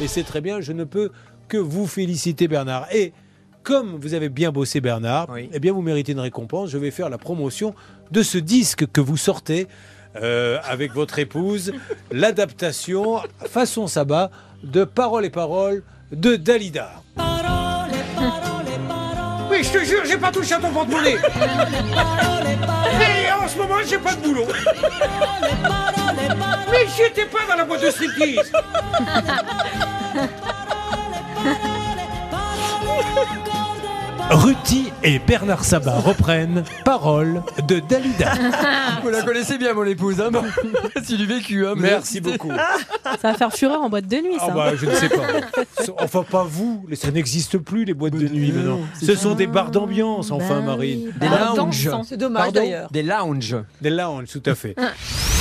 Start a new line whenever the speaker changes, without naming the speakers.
Et c'est très bien, je ne peux que vous féliciter Bernard. Et comme vous avez bien bossé Bernard,
Oui.
eh bien vous méritez une récompense. Je vais faire la promotion de ce disque que vous sortez euh, avec votre épouse, l'adaptation façon sabbat de Paroles et Paroles de Dalida.
Parole, parole, parole,
Oui, je te jure, j'ai pas touché à ton porte-monnaie.
parole, parole,
Et en ce moment, j'ai pas de boulot.
parole, parole,
Mais j'étais pas dans la boîte de striptease.
parole encore des paroles.
Ruti et Bernard Sabat reprennent Paroles de Dalida.
Vous la connaissez bien, mon épouse. Hein C'est du vécu. Hein,
Merci beaucoup.
Ça va faire fureur en boîte de nuit, ça.
Ah bah, je ne sais pas. Enfin, pas vous. Ça n'existe plus, les boîtes de
Boîte de
nuit,
nuit,
maintenant.
non.
Ce sont des bars d'ambiance, enfin, Marine.
Bah Des
Ah,
lounges.
dansant. C'est dommage
Pardon
d'ailleurs.
Des lounges.
Des lounges, tout à fait.